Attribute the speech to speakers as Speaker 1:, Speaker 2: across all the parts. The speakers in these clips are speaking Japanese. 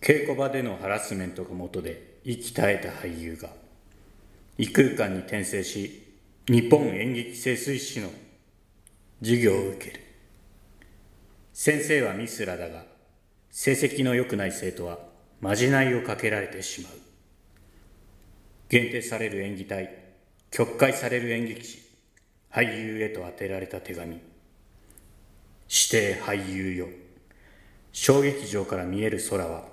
Speaker 1: 稽古場でのハラスメントが元で息絶えた俳優が異空間に転生し日本演劇清水師の授業を受ける先生はミスラだが成績の良くない生徒はまじないをかけられてしまう限定される演技体曲解される演劇師俳優へと宛てられた手紙指定俳優よ小劇場から見える空は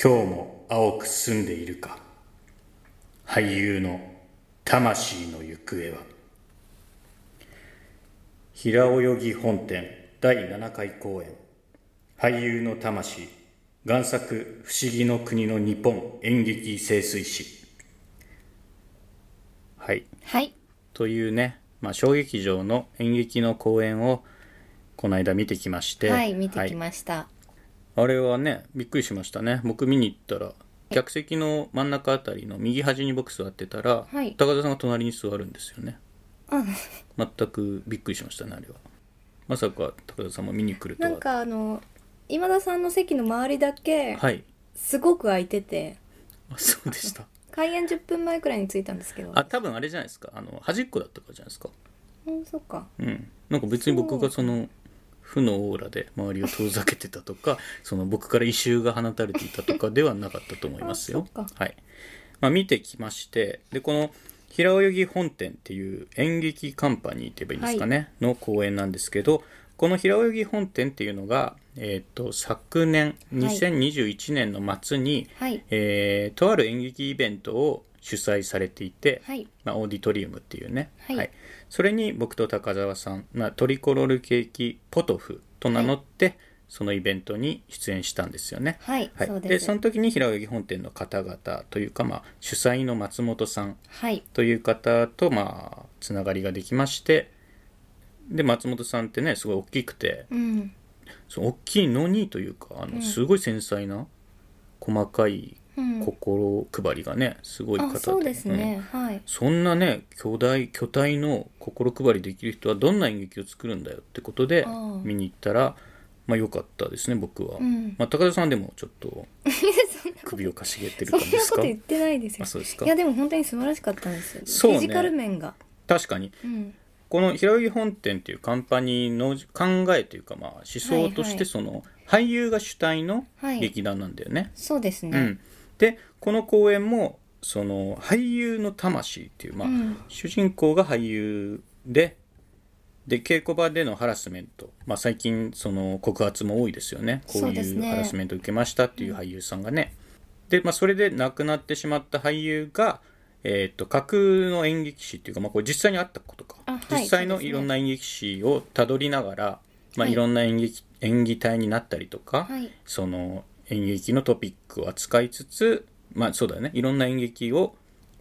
Speaker 1: 今日も青く澄んでいるか俳優の魂の行方は平泳ぎ本店第7回公演俳優の魂贋作不思議の国の日本演劇清水師はい
Speaker 2: はい。
Speaker 1: というね、まあ、小劇場の演劇の公演をこの間見てきまして
Speaker 2: はい、見てき
Speaker 1: は
Speaker 2: ました。
Speaker 1: いあれはねびっくりしましたね僕見に行ったら客席の真ん中あたりの右端に僕座ってたら、
Speaker 2: はい
Speaker 1: 高田さんが隣に座るんですよね
Speaker 2: うん。
Speaker 1: 全くびっくりしましたねあれはまさか高田さんも見に来ると
Speaker 2: な
Speaker 1: は
Speaker 2: んかあの、今田さんの席の周りだけ、
Speaker 1: はい
Speaker 2: すごく空いてて、
Speaker 1: あそうでした
Speaker 2: 開演10分前くらいに着いたんですけど。
Speaker 1: あ多分あれじゃないですかあの端っこだったからじゃないですか
Speaker 2: うん、そっか。。
Speaker 1: うん、なんか別に僕がその負のオーラで周りを遠ざけてたとかその僕から異臭が放たれていたとかではなかったと思いますよ
Speaker 2: あそっ
Speaker 1: はいまあ、見てきましてでこの平泳ぎ本店っていう演劇カンパニーって言えばいいんですかね、の公演なんですけどこの平泳ぎ本店っていうのが、えー、と昨年2021年の末に、
Speaker 2: はい。
Speaker 1: えーとある演劇イベントを主催されていて、
Speaker 2: はい。
Speaker 1: まあ、オーディトリウムっていうね、
Speaker 2: はい
Speaker 1: それに僕と高澤さん、まあ、トリコロールケーキポトフと名乗って、そのイベントに出演したんですよね。
Speaker 2: はい、
Speaker 1: はい
Speaker 2: そう
Speaker 1: で
Speaker 2: です。
Speaker 1: その時に平泳ぎ本店の方々というか、まあ、主催の松本さん
Speaker 2: はい。
Speaker 1: という方と、まあ、つながりができましてで松本さんってねすごい大きくて
Speaker 2: うん。
Speaker 1: その大きいのにというかあのすごい繊細な細かい
Speaker 2: うん。
Speaker 1: 心配りがねすごい方
Speaker 2: あ、そうです
Speaker 1: うん
Speaker 2: ね。はい。
Speaker 1: そんなね巨大巨体の心配りできる人はどんな演劇を作るんだよってことで
Speaker 2: あー
Speaker 1: 見に行ったらまあ良かったですね僕は、
Speaker 2: うん。
Speaker 1: まあ、高田さんでもちょっ と首をかしげてる感じです
Speaker 2: そんなこ
Speaker 1: か
Speaker 2: と言ってないですよ
Speaker 1: あ。そうですか
Speaker 2: いや、でも本当に素晴らしかったんですよ。
Speaker 1: そうね
Speaker 2: フィジカル面が。
Speaker 1: 確かに
Speaker 2: うん。
Speaker 1: この平泳ぎ本店っていうカンパニーの考えというかまあ思想と
Speaker 2: はい
Speaker 1: し
Speaker 2: は
Speaker 1: て
Speaker 2: い
Speaker 1: その俳優が主体の
Speaker 2: はい
Speaker 1: 劇団なんだよね、
Speaker 2: そうです
Speaker 1: う
Speaker 2: ね。
Speaker 1: ん、でこの公演もその俳優の魂っていう、まあ
Speaker 2: うん
Speaker 1: 主人公が俳優でで稽古場でのハラスメント、まあ、最近その告発も多いですよねこう
Speaker 2: そうです
Speaker 1: いう
Speaker 2: ね
Speaker 1: ハラスメント受けましたっていう俳優さんがね。で、まあ、それで亡くなってしまった俳優が、えー、と架空の演劇師っていうか、まあ、これ実際にあったことか、
Speaker 2: あはい
Speaker 1: 実際
Speaker 2: そう
Speaker 1: の
Speaker 2: ですね
Speaker 1: いろんな演劇師をたどりながら、まあ、
Speaker 2: はい
Speaker 1: いろんな演劇,、演技体になったりとか、
Speaker 2: はい。
Speaker 1: その演劇のトピックを扱いつつまあそうだよねいろんな演劇を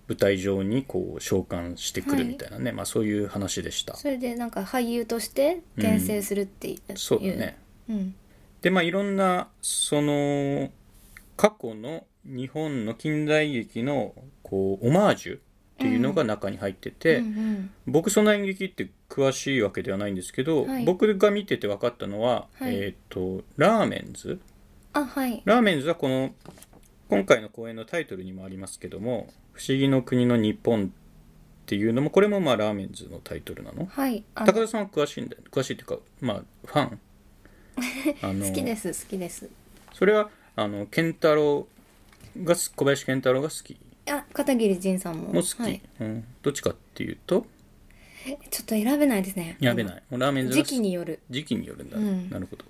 Speaker 1: 舞台上にこう召喚してくるみたいなね、まあそういう話でした
Speaker 2: それでなんか俳優として転生するっていう。
Speaker 1: そうだね
Speaker 2: うん。
Speaker 1: でまあいろんなその過去の日本の近代劇のこうオマージュっていうのが中に入ってて、
Speaker 2: うんうん
Speaker 1: 僕そんな演劇って詳しいわけではないんですけど、
Speaker 2: はい
Speaker 1: 僕が見てて分かったのは、
Speaker 2: はい
Speaker 1: えっ、とラーメンズ
Speaker 2: あはい
Speaker 1: ラーメンズはこの今回の公演のタイトルにもありますけども「不思議の国の日本」っていうのもこれもまあラーメンズのタイトルなの
Speaker 2: はいあ
Speaker 1: 高田さんは詳しいんだよ詳しいっていうかまあフ ァンあの
Speaker 2: 好きです好きです
Speaker 1: それはあの健太郎がす小林健太郎が好き
Speaker 2: あ片桐仁さんも
Speaker 1: もう好き、
Speaker 2: はい、
Speaker 1: うん、どっちかっていうと
Speaker 2: えちょっと選べないですね
Speaker 1: やべないもうラーメン
Speaker 2: 今
Speaker 1: ズが
Speaker 2: 時
Speaker 1: 好
Speaker 2: 期
Speaker 1: き
Speaker 2: による
Speaker 1: 時期によるんだね、
Speaker 2: うん
Speaker 1: なるほど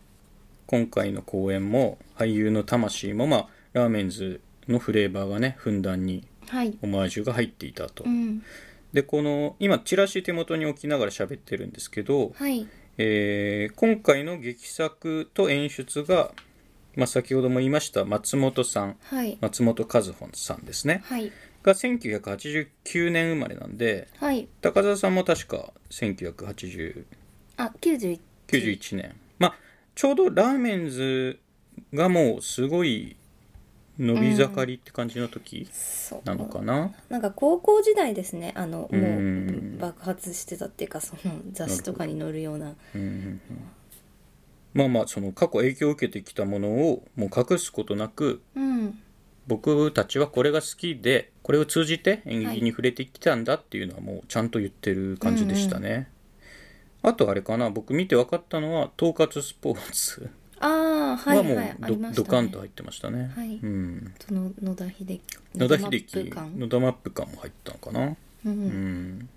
Speaker 1: 今回の公演も俳優の魂もまあラーメンズのフレーバーがねふんだんに
Speaker 2: はい
Speaker 1: オマージュが入っていたと、
Speaker 2: うん
Speaker 1: でこの今チラシ手元に置きながら喋ってるんですけど、
Speaker 2: はい
Speaker 1: えー今回の劇作と演出が、まあ、先ほども言いました松本さん
Speaker 2: はい
Speaker 1: 松本和穂さんですね
Speaker 2: はい
Speaker 1: が1989年生まれなんで
Speaker 2: はい
Speaker 1: 高澤さんも確か1991
Speaker 2: あ九91
Speaker 1: 91年まあちょうどラーメンズがもうすごい伸び盛りって感じの時
Speaker 2: そう
Speaker 1: なのかな、
Speaker 2: なんか高校時代ですねあのも
Speaker 1: うん
Speaker 2: う爆発してたっていうかその雑誌とかに載るような
Speaker 1: まあまあその過去影響を受けてきたものをもう隠すことなく
Speaker 2: うん
Speaker 1: 僕たちはこれが好きでこれを通じて演劇に触れてきたんだっていうのはもうちゃんと言ってる感じでしたね、あとあれかな僕見て分かったのは統括スポーツ
Speaker 2: ああは
Speaker 1: はいもう
Speaker 2: はいあ
Speaker 1: ど
Speaker 2: りましたね
Speaker 1: ドカンと入ってましたね、
Speaker 2: はい
Speaker 1: うん、
Speaker 2: との野田秀樹
Speaker 1: 野田秀樹
Speaker 2: マップ感
Speaker 1: 野田マップ感も入ったのかな
Speaker 2: う
Speaker 1: うんん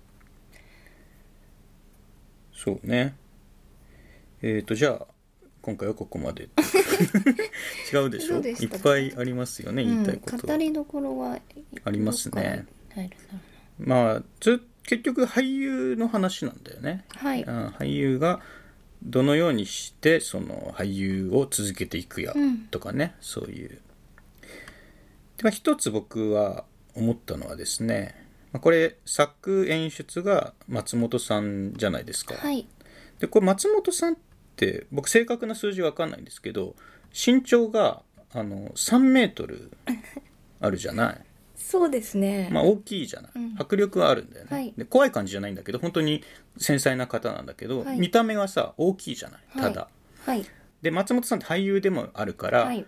Speaker 1: そうねえーとじゃあ今回はここま で違うでしょ
Speaker 2: どうで
Speaker 1: い
Speaker 2: した
Speaker 1: っぱいありますよね言いたいこと、
Speaker 2: 語りどころは
Speaker 1: ありますね
Speaker 2: どっかに入るんだろ
Speaker 1: まあず結局俳優の話なんだよね、
Speaker 2: うなはい
Speaker 1: うん俳優がどのようにしてその俳優を続けていくや
Speaker 2: うん
Speaker 1: とかね、そういう。でまあ一つ僕は思ったのはですねまあこれ作演出が松本さんじゃないですか。
Speaker 2: はい
Speaker 1: でこれ松本さんって僕正確な数字わかんないんですけど身長があの3メートルあるじゃない。
Speaker 2: そうですね
Speaker 1: まあ、大きいじゃない、
Speaker 2: うん
Speaker 1: 迫力はあるんだよね、
Speaker 2: はい
Speaker 1: で怖い感じじゃないんだけど本当に繊細な方なんだけど、
Speaker 2: はい
Speaker 1: 見た目がさ大きいじゃないただ、
Speaker 2: はい
Speaker 1: で松本さんって俳優でもあるから、
Speaker 2: はい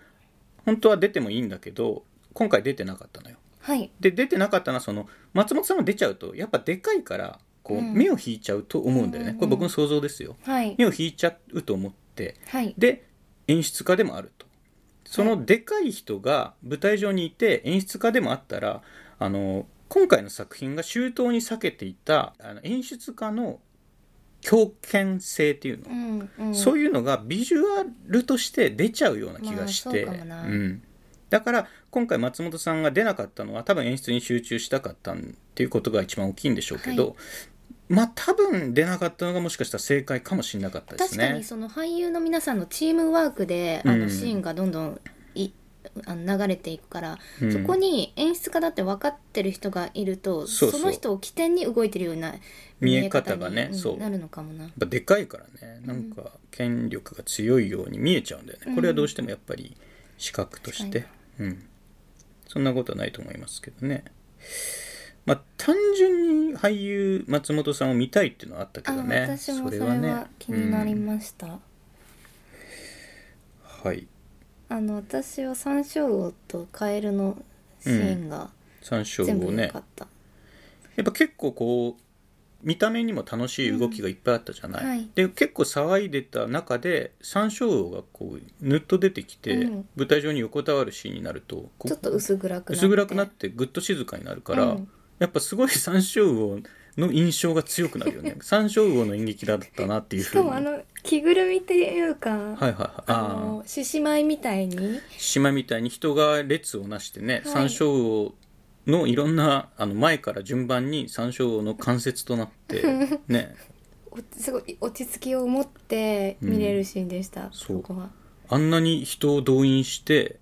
Speaker 1: 本当は出てもいいんだけど今回出てなかったのよ
Speaker 2: はい
Speaker 1: で出てなかったのはその松本さんが出ちゃうとやっぱでかいからこう、
Speaker 2: うん
Speaker 1: 目を引いちゃうと思うんだよね、
Speaker 2: うん
Speaker 1: これ僕の想像ですよ
Speaker 2: はい
Speaker 1: 目を引いちゃうと思って
Speaker 2: はい
Speaker 1: で演出家でもあるとそのでかい人が舞台上にいて演出家でもあったらあの今回の作品が周到に避けていたあの演出家の強権性っていうの、
Speaker 2: うんうん
Speaker 1: そういうのがビジュアルとして出ちゃうような気がして、、
Speaker 2: まあそうかもなん
Speaker 1: だから今回松本さんが出なかったのは多分演出に集中したかったっていうことが一番大きいんでしょうけど、
Speaker 2: は
Speaker 1: まあ多分出なかったのがもしかしたら正解かもしれなかったです
Speaker 2: 確
Speaker 1: ね。
Speaker 2: かにその俳優の皆さんのチームワークであ
Speaker 1: う
Speaker 2: の
Speaker 1: ん
Speaker 2: シーンがどんどんいあの流れていくから、
Speaker 1: うん
Speaker 2: そこに演出家だって分かってる人がいると
Speaker 1: そうそう
Speaker 2: の人を起点に動いてるような
Speaker 1: 見え方がね
Speaker 2: 見え方に
Speaker 1: そう
Speaker 2: なるのかもな
Speaker 1: やっぱでかいからねなんか権力が強いように見えちゃうんだよね、
Speaker 2: うん
Speaker 1: これはどうしてもやっぱり視覚として、うん、そんなことはないと思いますけどねまあ単純に俳優松本さんを見たいっていうのはあったけ
Speaker 2: あ
Speaker 1: どね
Speaker 2: 私もそれは気になりました、
Speaker 1: うんはい
Speaker 2: あの私はサンショウウオとカエルのシーンが
Speaker 1: 三章を
Speaker 2: 全部
Speaker 1: ね
Speaker 2: 良かった、
Speaker 1: やっぱ結構こう見た目にも楽しい動きがいっぱいあったじゃない、
Speaker 2: うんはい
Speaker 1: で結構騒いでた中で山椒魚がこうぬっと出てきて、
Speaker 2: うん
Speaker 1: 舞台上に横たわるシーンになるとこう
Speaker 2: ちょっと薄暗くなって
Speaker 1: 薄暗くなってぐっと静かになるから、
Speaker 2: うん
Speaker 1: やっぱすごい山椒魚の印象が強くなるよ ね山椒魚の演劇だったなっていう
Speaker 2: し
Speaker 1: ふう
Speaker 2: か
Speaker 1: に
Speaker 2: もあ
Speaker 1: はい
Speaker 2: の着ぐるみっていうか、
Speaker 1: はいはい
Speaker 2: あ
Speaker 1: あ
Speaker 2: の獅子舞みたいに
Speaker 1: あ島みたいに人が列をなしてね、
Speaker 2: はい
Speaker 1: 山椒魚のいろんなあの前から順番に山椒魚の関節とな ってね
Speaker 2: おすごい落ち着きを持って見れるシーンでした、
Speaker 1: そ
Speaker 2: そうこは
Speaker 1: あんなに人を動員して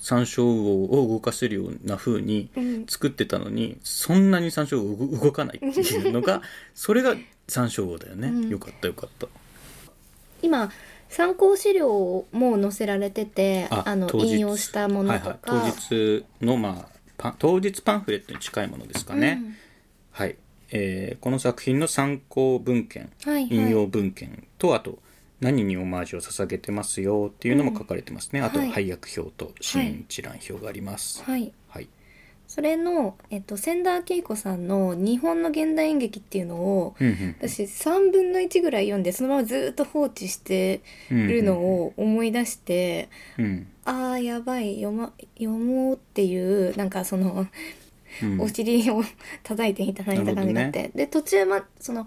Speaker 1: 山椒魚を動かせるような風に
Speaker 2: うん
Speaker 1: 作ってたのにそんなに山椒魚動動かないっていうの がそれが山椒魚だよね、
Speaker 2: うん
Speaker 1: よかったよかった
Speaker 2: 今参考資料も載せられててあの
Speaker 1: 当日
Speaker 2: 引用したものとか、
Speaker 1: はいはい、当日の、まあ、パン当日パンフレットに近いものですかね、はい、えーこの作品の参考文献、
Speaker 2: はいはい
Speaker 1: 引用文献とあと何にオマージュを捧げてますよっていうのも書かれてますね、あと
Speaker 2: はい
Speaker 1: 配役表と支援一覧表があります、
Speaker 2: うんはい
Speaker 1: はい
Speaker 2: それの、えっと、千田恵子さんの「日本の現代演劇」っていうのを、
Speaker 1: うんうん
Speaker 2: 私3分の1ぐらい読んでそのままずっと放置してるのを思い出して、
Speaker 1: うん
Speaker 2: ああやばい読,、ま、読もうっていうなんかその
Speaker 1: うん
Speaker 2: お尻を叩いていただいた感じがあって、で途中まその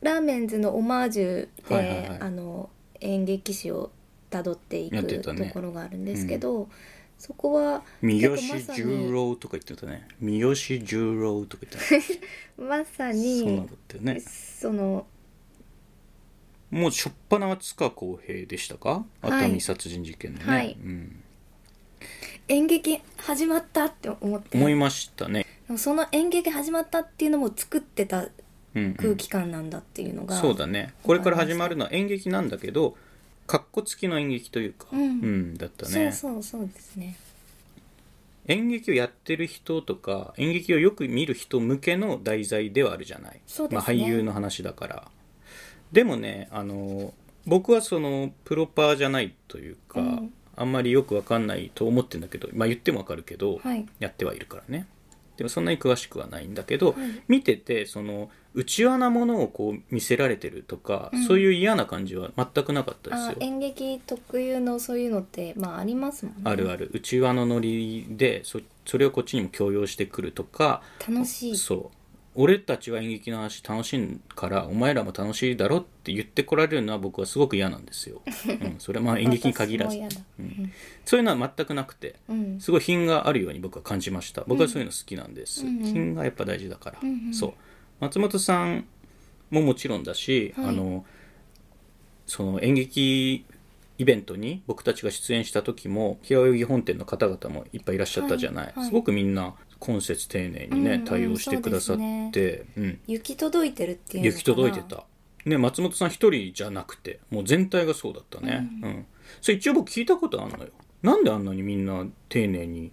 Speaker 2: ラーメンズのオマージュで、
Speaker 1: はいはいはい
Speaker 2: あの演劇史をたどってい
Speaker 1: や
Speaker 2: く
Speaker 1: ってた
Speaker 2: と
Speaker 1: ね
Speaker 2: ころがあるんですけど、そこは
Speaker 1: 三
Speaker 2: 結
Speaker 1: 好
Speaker 2: 構
Speaker 1: 十郎とか言ってた ね三好十郎とか言ってた、ね、
Speaker 2: まさ
Speaker 1: そうな
Speaker 2: に
Speaker 1: んだったよね
Speaker 2: その
Speaker 1: もう初っ端は塚公平でしたか
Speaker 2: はい
Speaker 1: 熱海殺人事件のね、
Speaker 2: はい
Speaker 1: うん、
Speaker 2: 演劇始まったって思って
Speaker 1: 思いましたね、
Speaker 2: その演劇始まったっていうのも作ってた
Speaker 1: うんうん
Speaker 2: 空気感なんだっていうのが、
Speaker 1: そうだねこれから始まるのは演劇なんだけどかっこつきの演劇というか、
Speaker 2: うん
Speaker 1: だった
Speaker 2: そう
Speaker 1: ね
Speaker 2: そうそうですね
Speaker 1: 演劇をやってる人とか演劇をよく見る人向けの題材ではあるじゃない
Speaker 2: そうですね
Speaker 1: まあ、俳優の話だからでもねあの僕はそのプロパーじゃないというか、
Speaker 2: うん
Speaker 1: あんまりよくわかんないと思ってんだけどまあ言ってもわかるけど、
Speaker 2: はい
Speaker 1: やってはいるからねでもそんなに詳しくはないんだけど、
Speaker 2: い
Speaker 1: 見ててその内輪なものをこう見せられてるとか、
Speaker 2: うん
Speaker 1: そういう嫌な感じは全くなかったです
Speaker 2: あ
Speaker 1: よ
Speaker 2: 演劇特有のそういうのってまあありますもんね
Speaker 1: あるある内輪のノリでそそれをこっちにも強要してくるとか
Speaker 2: 楽しい
Speaker 1: そう俺たちは演劇の話楽しいからお前らも楽しいだろって言ってこられるのは僕はすごく嫌なんです よ、うん、それはまあ演劇に限らず
Speaker 2: 私も嫌だ
Speaker 1: そういうのは全くなくて
Speaker 2: うん
Speaker 1: すごい品があるように僕は感じました僕はそういうの好きなんです、
Speaker 2: うんうん
Speaker 1: 品がやっぱ大事だから、
Speaker 2: うんうん
Speaker 1: そう松本さんももちろんだし、
Speaker 2: はい
Speaker 1: あのその演劇イベントに僕たちが出演した時も平泳ぎ本店の方々もいっぱいいらっしゃったじゃない、
Speaker 2: はいはい
Speaker 1: すごくみんな懇切丁寧に
Speaker 2: う
Speaker 1: ね、
Speaker 2: んうん
Speaker 1: 対応してくださって、うん、
Speaker 2: 行き届いてるっていうのかな
Speaker 1: 行き届いてた、ね、松本さん一人じゃなくてもう全体がそうだったね、うんそれ一応僕聞いたことあんのよなんであんなにみんな丁寧に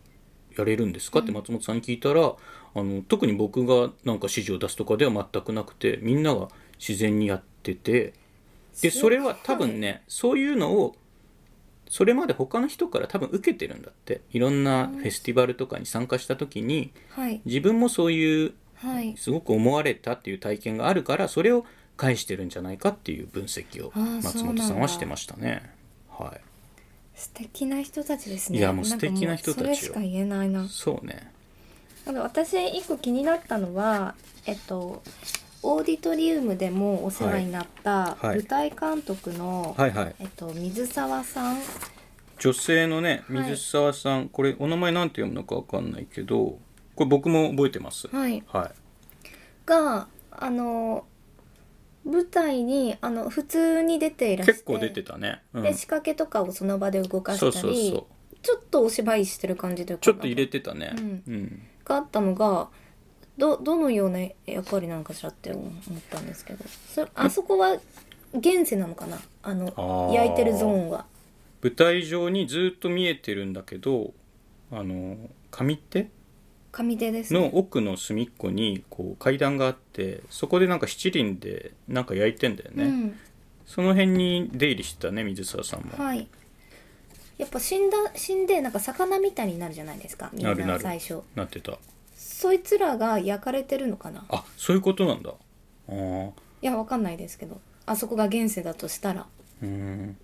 Speaker 1: やれるんですかって松本さんに聞いたら、あの特に僕がなんか指示を出すとかでは全くなくてみんなが自然にやっててでそれは多分ね、そういうのをそれまで他の人から多分受けてるんだっていろんなフェスティバルとかに参加した時に
Speaker 2: はい
Speaker 1: 自分もそういう
Speaker 2: はい
Speaker 1: すごく思われたっていう体験があるからそれを返してるんじゃないかっていう分析を
Speaker 2: あー
Speaker 1: 松本さんはしてましたね。は
Speaker 2: 素敵な人たちですね
Speaker 1: いやもう素敵な人たちよ、
Speaker 2: んかもうそれしか言えないない
Speaker 1: そうね。
Speaker 2: なんか私一個気になったのはえっとオーディトリウムでもお世話になった
Speaker 1: はいはい
Speaker 2: 舞台監督の、
Speaker 1: はいはい。
Speaker 2: えっと、水沢さん
Speaker 1: 女性のね
Speaker 2: はい
Speaker 1: 水沢さん、これお名前なんて読むのかわかんないけど、これ僕も覚えてます。はい。
Speaker 2: はいがあの舞台にあの普通に出ていらして
Speaker 1: 結構出てたね。うん、
Speaker 2: で仕掛けとかをその場で動かした
Speaker 1: そう
Speaker 2: り
Speaker 1: そうそう。
Speaker 2: ちょっとお芝居してる感じというか
Speaker 1: ちょっと入れてたね。
Speaker 2: うん
Speaker 1: うん
Speaker 2: があったのがどどのような役割なのかしらって思ったんですけどそあそこは現世なのかなあの
Speaker 1: あー
Speaker 2: 焼いてるゾーンは
Speaker 1: 舞台上にずっと見えてるんだけど、あの上手
Speaker 2: 上手ですね
Speaker 1: の奥の隅っこにこう階段があってそこでなんか七輪でなんか焼いてんだよね、
Speaker 2: うん、
Speaker 1: その辺に出入りしてたね水沢さんも、
Speaker 2: はいやっぱ死んだ死んでなんか魚みたいになるじゃないですかみん
Speaker 1: なるな
Speaker 2: な
Speaker 1: る
Speaker 2: 最初
Speaker 1: なってた
Speaker 2: そいつらが焼かれてるのかな
Speaker 1: あそういうことなんだあー
Speaker 2: いやわかんないですけどあそこが現世だとしたら
Speaker 1: うーん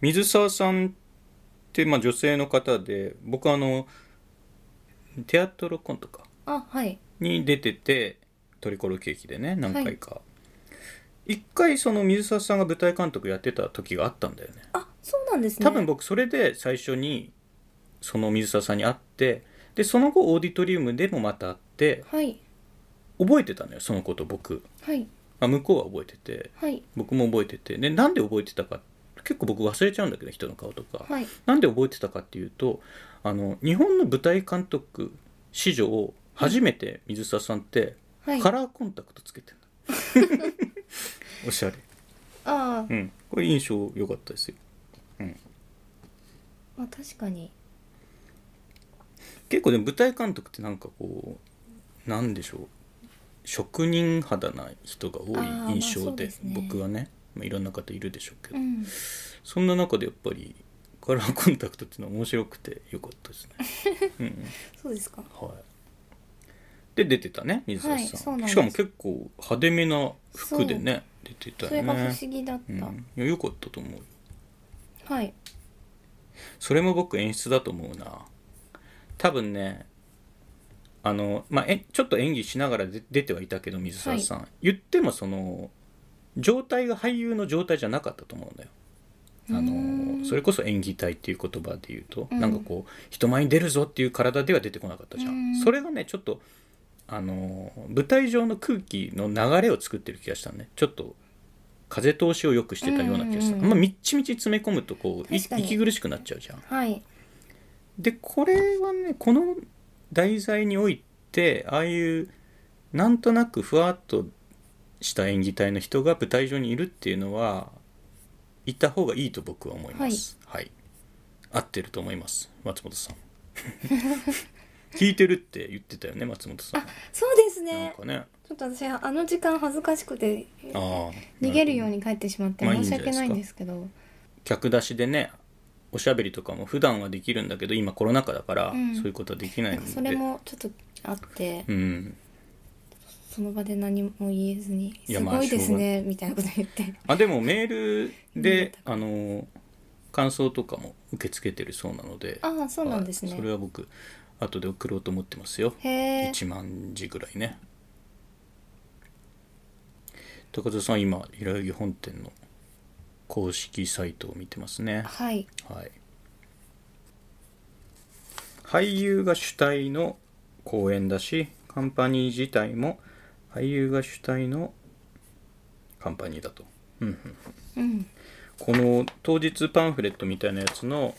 Speaker 1: 水沢さんって、まあ、女性の方で僕あのテアトロコントか
Speaker 2: あはい
Speaker 1: に出ててトリコロケーキでね何回か、一回その水沢さんが舞台監督やってた時があったんだよね
Speaker 2: あそうなんですね
Speaker 1: 多分僕それで最初にその水沢さんに会ってでその後オーディトリウムでもまた会って
Speaker 2: はい
Speaker 1: 覚えてたのよそのこと僕、
Speaker 2: はい
Speaker 1: まあ、向こうは覚えてて
Speaker 2: はい
Speaker 1: 僕も覚えててでなんで覚えてたか結構僕忘れちゃうんだけど人の顔とか、
Speaker 2: はい
Speaker 1: なんで覚えてたかっていうとあの日本の舞台監督史上初めて水沢さんって
Speaker 2: はい
Speaker 1: カラーコンタクトつけ てるおしゃれ
Speaker 2: ああ
Speaker 1: うんこれ印象良かったですよ
Speaker 2: まあ確かに
Speaker 1: 結構でも舞台監督ってなんかこうなんでしょう職人肌な人が多
Speaker 2: あー
Speaker 1: い印
Speaker 2: まあそ
Speaker 1: 象
Speaker 2: う
Speaker 1: で,、
Speaker 2: ですね
Speaker 1: 僕はね、まあ、いろんな方いるでしょうけど、
Speaker 2: うん
Speaker 1: そんな中でやっぱりカラーコンタクトっていうのは面白くて良かったですね、 うん
Speaker 2: そうですか
Speaker 1: はいで出てたね水橋
Speaker 2: はいそ
Speaker 1: さ,、
Speaker 2: うんなんです
Speaker 1: しかも結構派手めな服でね出てた
Speaker 2: そ
Speaker 1: よ
Speaker 2: れが不
Speaker 1: ね
Speaker 2: 思議だった、
Speaker 1: うんいや良かったと思う
Speaker 2: はい
Speaker 1: それも僕演出だと思うな多分ねあの、まあ、えちょっと演技しながらで出てはいたけど水沢さん、言ってもその状態が俳優の状態じゃなかったと思うんだよあ
Speaker 2: うー
Speaker 1: の
Speaker 2: ん
Speaker 1: それこそ演技体っていう言葉で言うと、
Speaker 2: うん
Speaker 1: なんかこう人前に出るぞっていう体では出てこなかったじゃん、
Speaker 2: うん
Speaker 1: それがねちょっとあの舞台上の空気の流れを作ってる気がしたねちょっと風通しを良くしてたような気がした、
Speaker 2: うんうんうん
Speaker 1: あんまみっちみち詰め込むとこうい
Speaker 2: 確かに
Speaker 1: 息苦しくなっちゃうじゃん
Speaker 2: はい
Speaker 1: でこれはねこの題材においてああいうなんとなくふわっとした演技体の人が舞台上にいるっていうのはいた方がいいと僕は思いますはい、合ってると思います松本さん 聞いてるって言ってたよね松本さん、
Speaker 2: あそうです
Speaker 1: なん
Speaker 2: ね
Speaker 1: かね
Speaker 2: ちょっと私あの時間恥ずかしくて
Speaker 1: ああ
Speaker 2: 逃げるように帰ってしまって
Speaker 1: まあいいん
Speaker 2: 申
Speaker 1: じ
Speaker 2: し
Speaker 1: ゃない
Speaker 2: 訳
Speaker 1: ですか
Speaker 2: ないんですけど
Speaker 1: 客出しでねおしゃべりとかも普段はできるんだけど今コロナ禍だから、
Speaker 2: ん
Speaker 1: そういうことはできないので
Speaker 2: それもちょっとあって、
Speaker 1: うん
Speaker 2: その場で何も言えずに「
Speaker 1: い
Speaker 2: す
Speaker 1: やまあ
Speaker 2: ごいですね」みたいなこと言って
Speaker 1: あでもメールであの感想とかも受け付けてるそうなので
Speaker 2: ああそうなんですね、
Speaker 1: はいそれは僕後で送ろうと思ってますよ
Speaker 2: へえ
Speaker 1: 1万字ぐらいね高田さん今平らぎ本店の公式サイトを見てますね
Speaker 2: はい
Speaker 1: はい俳優が主体の公演だしカンパニー自体も俳優が主体のカンパニーだと
Speaker 2: うん
Speaker 1: この当日パンフレットみたいなやつの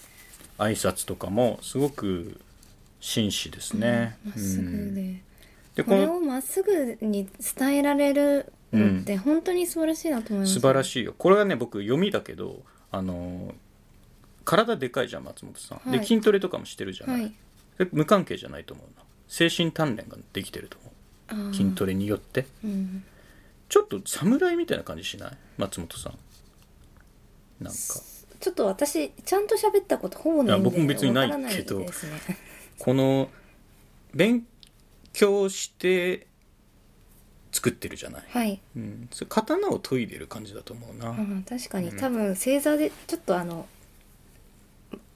Speaker 1: 挨拶とかもすごく紳士ですね。
Speaker 2: まっす
Speaker 1: う
Speaker 2: ぐ
Speaker 1: ん
Speaker 2: で、
Speaker 1: で
Speaker 2: こ
Speaker 1: こ
Speaker 2: れ
Speaker 1: の
Speaker 2: をまっすぐに伝えられるのって本当に素晴らしいなと思います、
Speaker 1: 素晴ら
Speaker 2: い
Speaker 1: しいよこれはね僕読みだけどあの体でかいじゃん松本さん、
Speaker 2: は
Speaker 1: で
Speaker 2: い
Speaker 1: 筋トレとかもしてるじゃな、
Speaker 2: はいい
Speaker 1: で無関係じゃないと思うな精神鍛錬ができてると思
Speaker 2: あー
Speaker 1: う筋トレによって
Speaker 2: うん
Speaker 1: ちょっと侍みたいな感じしない松本さんなんか
Speaker 2: ちょっと私ちゃんと喋ったことほぼないんで
Speaker 1: いや僕も別にないけど
Speaker 2: わからですね
Speaker 1: この勉強して作ってるじゃない、
Speaker 2: はい
Speaker 1: うん、それ刀を研いでる感じだと思うな、
Speaker 2: うん確かに、
Speaker 1: うん
Speaker 2: 多分正座でちょっとあの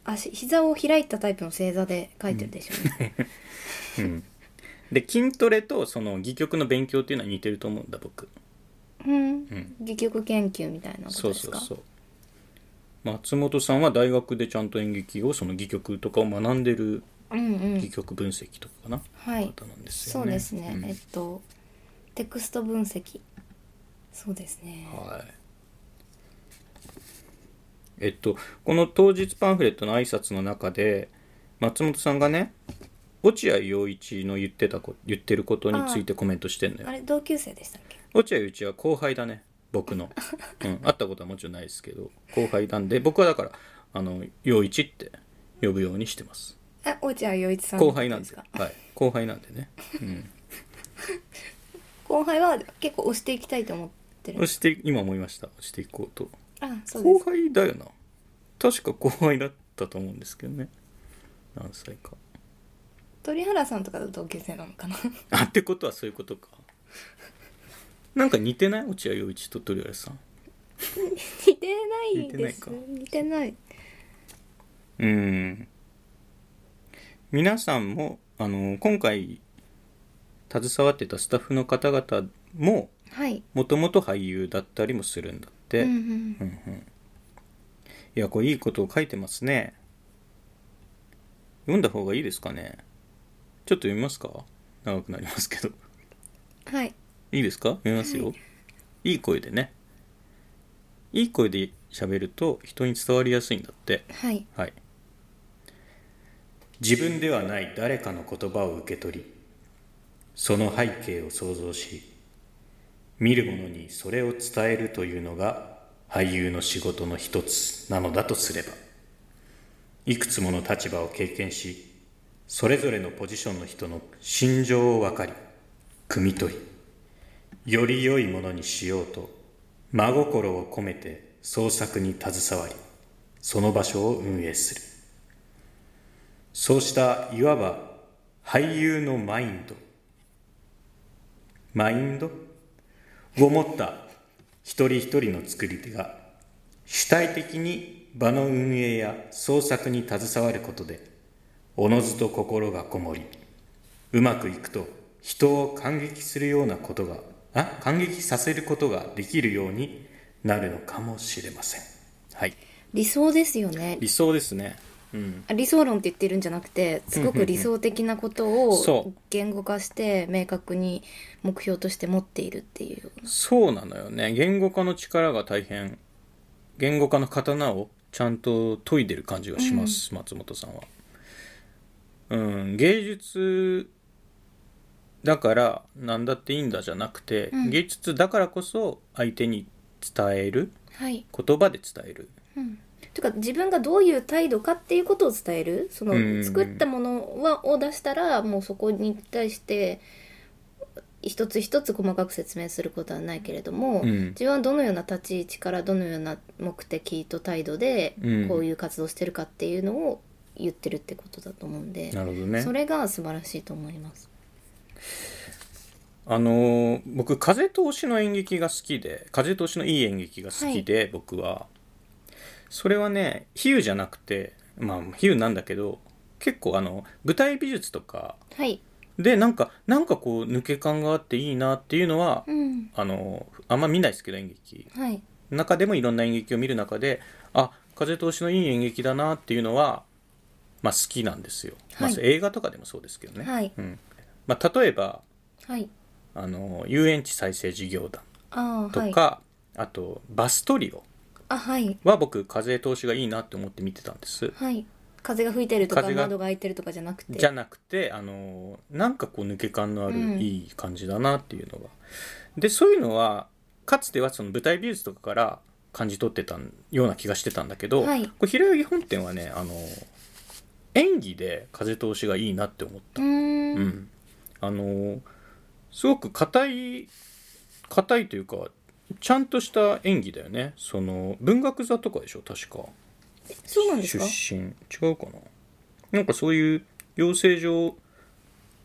Speaker 2: 足膝を開いたタイプの正座で書いてるでしょうね、
Speaker 1: うんで筋トレとその戯曲の勉強っていうのは似てると思うんだ僕、
Speaker 2: う
Speaker 1: う
Speaker 2: ん
Speaker 1: ん、
Speaker 2: 戯曲研究みたいなこと
Speaker 1: そう
Speaker 2: です
Speaker 1: そう
Speaker 2: か
Speaker 1: そう松本さんは大学でちゃんと演劇をその戯曲とかを学んでる
Speaker 2: うんう
Speaker 1: 戯
Speaker 2: ん
Speaker 1: 曲分析とかかな、
Speaker 2: はい
Speaker 1: 方なんですよね
Speaker 2: そうですね、
Speaker 1: ん
Speaker 2: えっとテクスト分析そうですね
Speaker 1: はい。えっと、この当日パンフレットの挨拶の中で、松本さんがね、落合陽一の言ってたこ言ってることについてコメントしてんのよ。
Speaker 2: あれ同級生でしたっけ
Speaker 1: 落合陽一は後輩だね、僕の。うん、会ったことはもちろんないですけど、後輩なんで、僕はだから、あの、陽一って呼ぶようにしてます。
Speaker 2: あ落合陽一さんの
Speaker 1: 後
Speaker 2: こと
Speaker 1: 輩なん
Speaker 2: で
Speaker 1: ですす
Speaker 2: か
Speaker 1: はい。後輩なんでね。うん。
Speaker 2: 後輩は結構押していきたいと思ってる
Speaker 1: 押して、今思いました。押していこうと。
Speaker 2: あそうで
Speaker 1: 後
Speaker 2: す
Speaker 1: 輩だよな確か後輩だったと思うんですけどね何歳か
Speaker 2: 鳥原さんとかと同級生なのかな
Speaker 1: あってことはそういうことかなんか似てない落合陽一と鳥原さん
Speaker 2: 似てないです似
Speaker 1: 似
Speaker 2: てない
Speaker 1: うん皆さんもあの今回携わってたスタッフの方々も
Speaker 2: はい、
Speaker 1: もともと俳優だったりもするんだっ
Speaker 2: う
Speaker 1: て、
Speaker 2: んう
Speaker 1: い
Speaker 2: ん、
Speaker 1: やこれいいことを書いてますね読んだ方がいいですかねちょっと読みますか長くなりますけど
Speaker 2: はい
Speaker 1: いいですか見ますよ。いい声でね。いい声で喋ると人に伝わりやすいんだって。
Speaker 2: はい
Speaker 1: はい。自分ではない誰かの言葉を受け取り、その背景を想像し、見る者にそれを伝えるというのが俳優の仕事の一つなのだとすれば、いくつもの立場を経験し、それぞれのポジションの人の心情を分かり、汲み取り、より良いものにしようと、真心を込めて創作に携わり、その場所を運営する。そうしたいわば俳優のマインド、マインドを持った一人一人の作り手が主体的に場の運営や創作に携わることで、おのずと心がこもり、うまくいくと人を感激するようなことが、あ、感激させることができるようになるのかもしれません。はい。
Speaker 2: 理想ですよね
Speaker 1: 理想ですね。うん。
Speaker 2: 理想論って言ってるんじゃなくてすごく理想的なこと
Speaker 1: そ
Speaker 2: を
Speaker 1: う
Speaker 2: 言語化して明確に目標として持っているっていう
Speaker 1: そうなのよね。言語化の力が大変。言語化の刀をちゃんと研いでる感じがします、松本さんは。うん、芸術だから何だっていいんだじゃなくて、
Speaker 2: うん
Speaker 1: 芸術だからこそ相手に伝える、
Speaker 2: はい、
Speaker 1: 言葉で伝える。
Speaker 2: うん、というか自分がどういう態度かっていうことを伝えるその
Speaker 1: うん
Speaker 2: 作ったものはを出したらもうそこに対して一つ一つ細かく説明することはないけれども、
Speaker 1: うん
Speaker 2: 自分はどのような立ち位置からどのような目的と態度で
Speaker 1: うん
Speaker 2: こういう活動をしてるかっていうのを言ってるってことだと思うんで、
Speaker 1: なるほどね
Speaker 2: それが素晴らしいと思います。
Speaker 1: あのー僕風通しの演劇が好きで風通しのいい演劇が好きで、僕はそれはね比喩じゃなくてまあ比喩なんだけど結構あの舞台美術とか
Speaker 2: はい、
Speaker 1: でなんかなんかこう抜け感があっていいなっていうのは、
Speaker 2: うん、
Speaker 1: あのーあんま見ないですけど演劇
Speaker 2: はい、
Speaker 1: 中でもいろんな演劇を見る中であ風通しのいい演劇だなっていうのは、まあ、好きなんですよ、
Speaker 2: はい
Speaker 1: まあ、映画とかでもそうですけどね、
Speaker 2: はい
Speaker 1: うんまあ、例えば
Speaker 2: はい、
Speaker 1: あの遊園地再生事業団
Speaker 2: ああ、は
Speaker 1: と
Speaker 2: い
Speaker 1: か、、あとバストリオ
Speaker 2: あ、はい、
Speaker 1: は僕風通しがいいなって思って見てたんです
Speaker 2: はい、風が吹いてるとか
Speaker 1: 風が
Speaker 2: 窓が開いてるとかじゃなくて、
Speaker 1: じゃなくてあのなんかこう抜け感のある、
Speaker 2: うん
Speaker 1: いい感じだなっていうのがでそういうのはかつてはその舞台美術とかから感じ取ってたような気がしてたんだけど、
Speaker 2: はい
Speaker 1: これ平泳ぎ本店はねあの演技で風通しがいいなって思った
Speaker 2: うーん、
Speaker 1: うん、あのーすごく硬い硬いというかちゃんとした演技だよねその文学座とかでしょ確か
Speaker 2: そうなんですか。
Speaker 1: 出身違うかななんかそういう養成所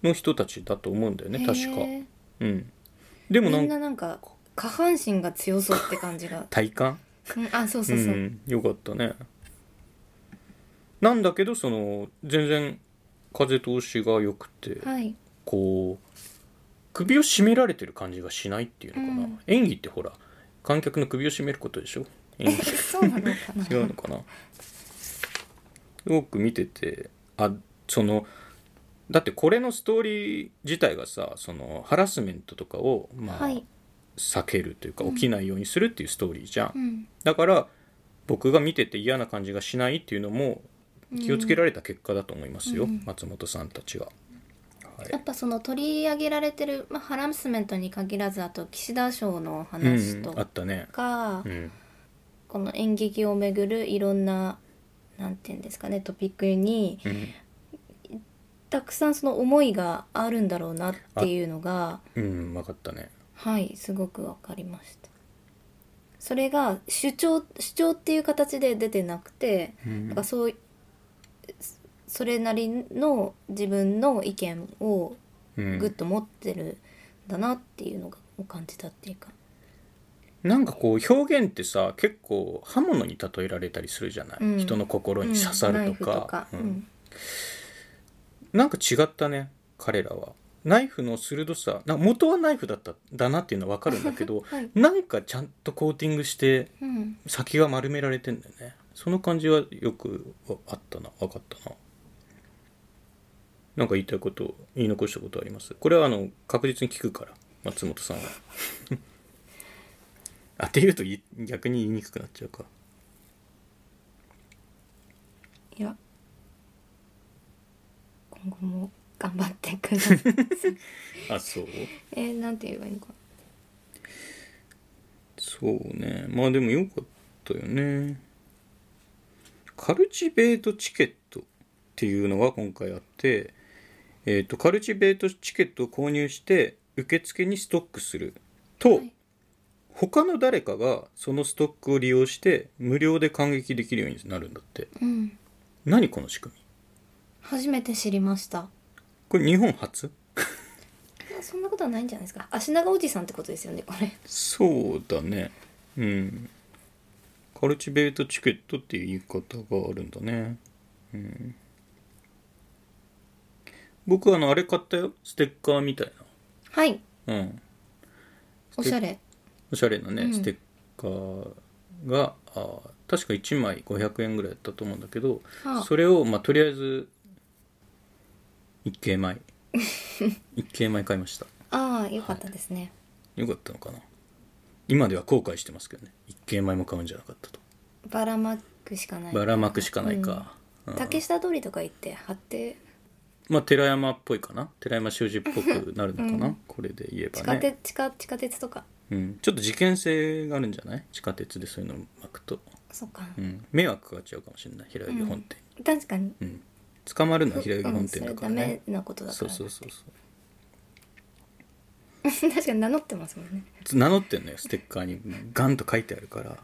Speaker 1: の人たちだと思うんだよね確か
Speaker 2: へー
Speaker 1: うんでもな
Speaker 2: み
Speaker 1: ん
Speaker 2: ん
Speaker 1: か、
Speaker 2: ななんか下半身が強そうって感じが
Speaker 1: 体感
Speaker 2: うん、あそうそうそう、
Speaker 1: ん、よかったねなんだけどその全然風通しが良くて、
Speaker 2: はい
Speaker 1: こう首を絞められてる感じがしないっていうのかな、
Speaker 2: うん
Speaker 1: 演技ってほら観客の首を絞めることでしょ演技
Speaker 2: そうなのかな
Speaker 1: 違うのかなすごく見ててあそのだってこれのストーリー自体がさそのハラスメントとかを、まあ
Speaker 2: はい、
Speaker 1: 避けるというか起きないようにするっていうストーリーじゃん、
Speaker 2: うん、
Speaker 1: だから僕が見てて嫌な感じがしないっていうのも気をつけられた結果だと思いますよ、
Speaker 2: うん
Speaker 1: 松本さんたちが。はい
Speaker 2: やっぱその取り上げられてる、まあ、ハラスメントに限らずあと岸田賞の話と
Speaker 1: うん、あったね。
Speaker 2: か、
Speaker 1: うん
Speaker 2: この演劇をめぐるいろんななんていうんですかねトピックに
Speaker 1: うん
Speaker 2: たくさんその思いがあるんだろうなっていうのが
Speaker 1: うん、分かったね。
Speaker 2: はいすごくわかりました。それが主張主張っていう形で出てなくて、なんかそうそそれなりの自分の意見を
Speaker 1: うん
Speaker 2: グッと持ってるんだなっていうのがを感じたっていうか、
Speaker 1: なんかこう表現ってさ結構刃物に例えられたりするじゃない、
Speaker 2: うん
Speaker 1: 人の心に刺さ
Speaker 2: うんナ
Speaker 1: る
Speaker 2: イ
Speaker 1: と
Speaker 2: フ
Speaker 1: か,、
Speaker 2: とか、う
Speaker 1: うん
Speaker 2: ん、
Speaker 1: なんか違ったね彼らはナイフの鋭さなんか元はナイフだっただなっていうのは分かるんだけど、
Speaker 2: はい
Speaker 1: なんかちゃんとコーティングして
Speaker 2: うん、
Speaker 1: 先が丸められてんだよねその感じはよくあったな分かったななんか言いたいこと言い残したことありますこれはあの確実に聞くから松本さんはあっていうとい逆に言いにくくなっちゃうか
Speaker 2: いや今後も頑張ってくださ い
Speaker 1: あそう
Speaker 2: えー、なんて言えばいいのかな
Speaker 1: そうねまあでもよかったよねカルチベートチケットっていうのが今回あって、えー、とカルチベートチケットを購入して受付にストックすると、
Speaker 2: い
Speaker 1: 他の誰かがそのストックを利用して無料で感激できるようになるんだって
Speaker 2: うん
Speaker 1: 何この仕組み
Speaker 2: 初めて知りました
Speaker 1: これ日本初
Speaker 2: いやそんなことはないんじゃないですか足長おじさんってことですよねこれ
Speaker 1: そうだねうんカルチベートチケットっていう言い方があるんだねうん僕あのあれ買ったよステッカーみたい
Speaker 2: はい
Speaker 1: なうん
Speaker 2: おしゃれ
Speaker 1: おしゃれなね、
Speaker 2: うん
Speaker 1: ステッカーがあー確か1枚500円ぐらいだったと思うんだけど、
Speaker 2: はあ
Speaker 1: それをまあとりあえず一景 枚一景枚買いました
Speaker 2: ああよかったですね、
Speaker 1: よかったのかな今では後悔してますけどね一景枚も買うんじゃなかったと
Speaker 2: ばらまくしかない
Speaker 1: ばらまくしかないか、うん
Speaker 2: 竹下通りとか行って貼って
Speaker 1: まあ寺山っぽいかな寺山修司っぽくなるのかな、これで言え
Speaker 2: 地
Speaker 1: ば
Speaker 2: 下
Speaker 1: ね、
Speaker 2: 鉄地下地下鉄とか
Speaker 1: うん、ちょっと事件性があるんじゃない地下鉄でそういうの巻くと、
Speaker 2: そっか、
Speaker 1: うん、迷惑かかっちゃうかもしれない平泳ぎ本店、
Speaker 2: 確かに
Speaker 1: うん捕まるのは平泳ぎ
Speaker 2: う
Speaker 1: 本
Speaker 2: んそ
Speaker 1: 店だ
Speaker 2: れ
Speaker 1: か
Speaker 2: ダ
Speaker 1: らね
Speaker 2: メ、なことだから
Speaker 1: そうそうそうそう
Speaker 2: 確かに名乗ってますもんね
Speaker 1: 名乗ってんのよステッカーにガンと書いてあるから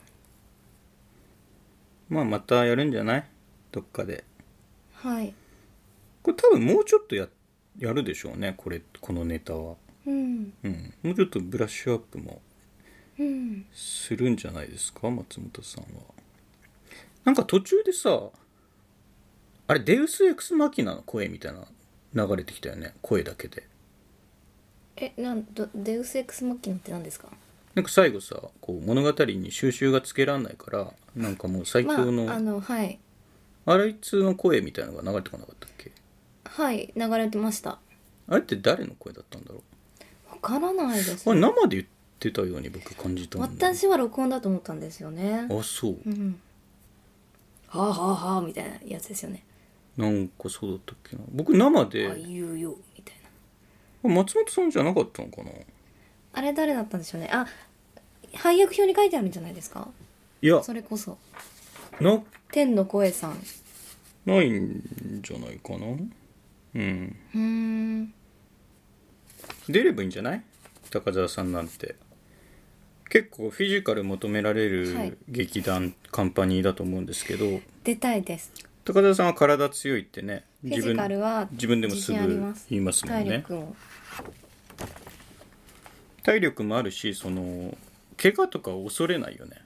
Speaker 1: まあまたやるんじゃないどっかで
Speaker 2: はい
Speaker 1: これ多分もうちょっとややるでしょうねこれこのネタは
Speaker 2: うん
Speaker 1: うんもうちょっとブラッシュアップも
Speaker 2: うん
Speaker 1: するんじゃないですか松本さんはなんか途中でさあれデウス・エクス・マキナの声みたいな流れてきたよね声だけで
Speaker 2: えなんどデウス・エクス・マッキノって何ですか
Speaker 1: なんか最後さこう物語に収集がつけらんないからなんかもう最
Speaker 2: まあ
Speaker 1: 強の、
Speaker 2: あのはい
Speaker 1: あれいつの声みたいなのが流れてこなかったっけ
Speaker 2: はい流れてました
Speaker 1: あれって誰の声だったんだろ
Speaker 2: わからないです
Speaker 1: うあれ生で言ってたように僕感じたんだ
Speaker 2: 私は録音だと思ったんですよね
Speaker 1: あそう
Speaker 2: うんはあはあはあみたいなやつですよね
Speaker 1: なんかそうだったっけな僕生
Speaker 2: あ
Speaker 1: で
Speaker 2: 言うよみたいな
Speaker 1: 松本さんじゃなかったのかな
Speaker 2: あれ誰だったんでしょうねあ配役表に書いてあるんじゃないですか
Speaker 1: いや
Speaker 2: それこそ
Speaker 1: な
Speaker 2: 天の声さんう
Speaker 1: ないんじゃないかなうん
Speaker 2: ーん
Speaker 1: 出ればいいんじゃない高澤さんなんて結構フィジカル求められ
Speaker 2: は
Speaker 1: る
Speaker 2: い
Speaker 1: 劇団、カンパニーだと思うんですけど
Speaker 2: 出たいです
Speaker 1: 高澤さんは体強いってね
Speaker 2: フィジカルは
Speaker 1: 自分でもすぐ
Speaker 2: 自信あります
Speaker 1: 言いますもん
Speaker 2: 体
Speaker 1: ね
Speaker 2: 力を
Speaker 1: 体力もあるしその怪我とかを恐れないよ ね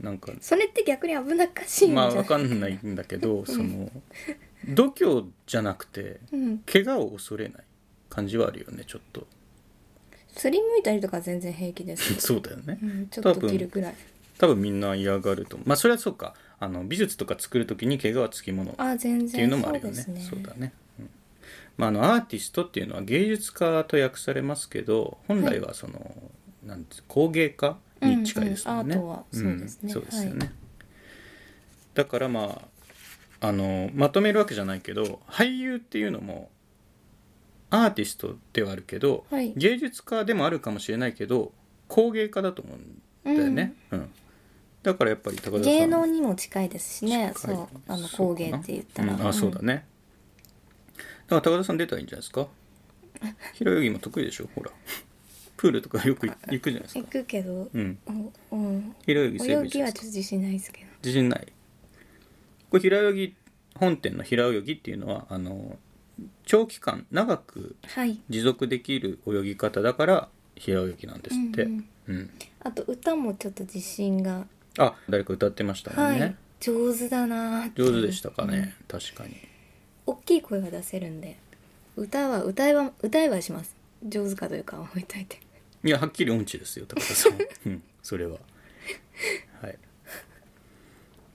Speaker 1: なんか
Speaker 2: それって逆に危なっかしいんじ
Speaker 1: ま
Speaker 2: ゃ
Speaker 1: あ
Speaker 2: ない、
Speaker 1: わかんないんだけど、その度胸じゃなくて
Speaker 2: うん
Speaker 1: 怪我を恐れない感じはあるよねちょっと
Speaker 2: すりむいたりとか全然平気です
Speaker 1: そうだよね、
Speaker 2: うん、ちょ
Speaker 1: 多
Speaker 2: っと切る
Speaker 1: 分
Speaker 2: くらい
Speaker 1: 多分みんな嫌がると思うまあそれはそうかあの美術とか作る時に怪我はつきものっ
Speaker 2: あ全
Speaker 1: ていう
Speaker 2: 然
Speaker 1: のもある
Speaker 2: そう
Speaker 1: よ
Speaker 2: で
Speaker 1: ね
Speaker 2: すね
Speaker 1: そうだね、うんまあ、あのアーティストっていうのは芸術家と訳されますけど本来はその、なんて工芸家に近いですもんね、
Speaker 2: うんうんアートはそうですね
Speaker 1: んそうですよね、
Speaker 2: は
Speaker 1: だからまああのまとめるわけじゃないけど俳優っていうのもアーティストではあるけど、
Speaker 2: はい
Speaker 1: 芸術家でもあるかもしれないけど工芸家だと思うんだよね、うんだからやっぱり高田さん
Speaker 2: 芸能にも近いですしね
Speaker 1: 近い
Speaker 2: そうあの
Speaker 1: そう
Speaker 2: 工
Speaker 1: かな
Speaker 2: 芸って言ったら、
Speaker 1: うんあそうだね、だから高田さん出たらいいんじゃないですか平泳ぎも得意でしょほらプールとかよく行行くじゃないです
Speaker 2: うん
Speaker 1: か
Speaker 2: 行くけど、
Speaker 1: うん
Speaker 2: おうん、
Speaker 1: 平泳ぎ整
Speaker 2: 泳
Speaker 1: 備じ
Speaker 2: ぎ
Speaker 1: ゃな
Speaker 2: は
Speaker 1: ですか
Speaker 2: いちょっと自信ないですけど
Speaker 1: 自信ないこれ平泳ぎ本店の平泳ぎっていうのはあの長期間長く
Speaker 2: はい
Speaker 1: 持続できる泳ぎ方だから平泳ぎなんですって、
Speaker 2: うん
Speaker 1: うん
Speaker 2: あと歌もちょっと自信が、
Speaker 1: あ誰か歌ってましたも
Speaker 2: は
Speaker 1: んね、
Speaker 2: い上手だなーっていう
Speaker 1: 上手でしたかね、確かに
Speaker 2: 大きい声が出せるんで歌は歌えは歌えはします上手かどうかは置いといて
Speaker 1: いやはっきり音痴ですよ高田さん うんそれははい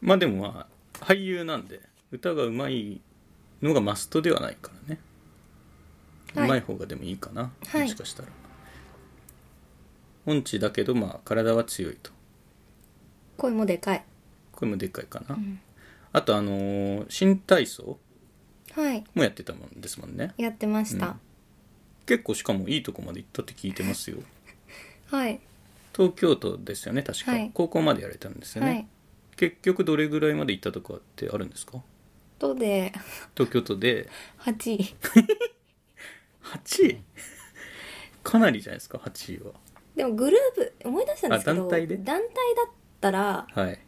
Speaker 1: まあでもまあ俳優なんで歌がうまいのがマストではないからね、
Speaker 2: はいう
Speaker 1: まい方がでもいいかな、
Speaker 2: はい
Speaker 1: もしかしたら音痴だけどまあ体は強いと
Speaker 2: 声もでかい
Speaker 1: これもでっかいかな、あとあのー新体操
Speaker 2: はい
Speaker 1: もやってたもんですもんね
Speaker 2: やってました、
Speaker 1: 結構しかもいいとこまで行ったって聞いてますよ
Speaker 2: はい
Speaker 1: 東京都ですよね確か、
Speaker 2: はい
Speaker 1: 高校までやられたんですよね、
Speaker 2: はい
Speaker 1: 結局どれぐらいまで行ったとかってあるんですか
Speaker 2: とで
Speaker 1: 東京都で
Speaker 2: 8位
Speaker 1: 8位かなりじゃないですか8位は
Speaker 2: でもグループ思い出したんですけど
Speaker 1: あ団体で
Speaker 2: 団体だったら
Speaker 1: はい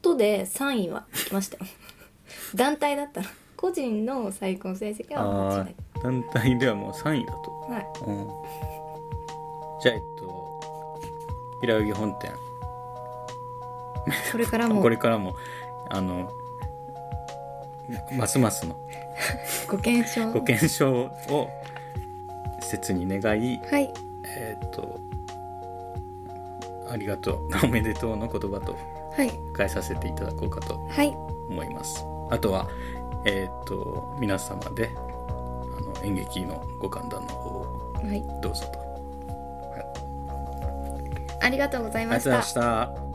Speaker 2: とで3位は来ましたよ 団体だったら個人の最高成績は
Speaker 1: あ
Speaker 2: 8位
Speaker 1: あー団体ではもう3位だと、
Speaker 2: は
Speaker 1: うん、
Speaker 2: い
Speaker 1: じゃあえっと平泳ぎ本店
Speaker 2: これからも
Speaker 1: これからもあのますますの
Speaker 2: ご検証
Speaker 1: ご健勝を切に願い
Speaker 2: はい
Speaker 1: えーっとありがとうおめでとうの言葉と
Speaker 2: はい
Speaker 1: 変えさせていただこうかと
Speaker 2: はい
Speaker 1: 思いますあとはえーっと皆様であの演劇のご歓談の方を
Speaker 2: はい
Speaker 1: どうぞと
Speaker 2: ありがとうござい
Speaker 1: ありがとう
Speaker 2: ま
Speaker 1: ご
Speaker 2: し
Speaker 1: ざい
Speaker 2: た
Speaker 1: ました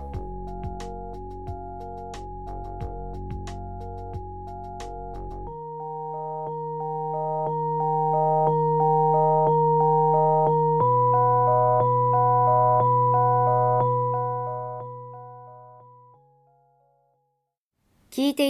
Speaker 3: 聞いて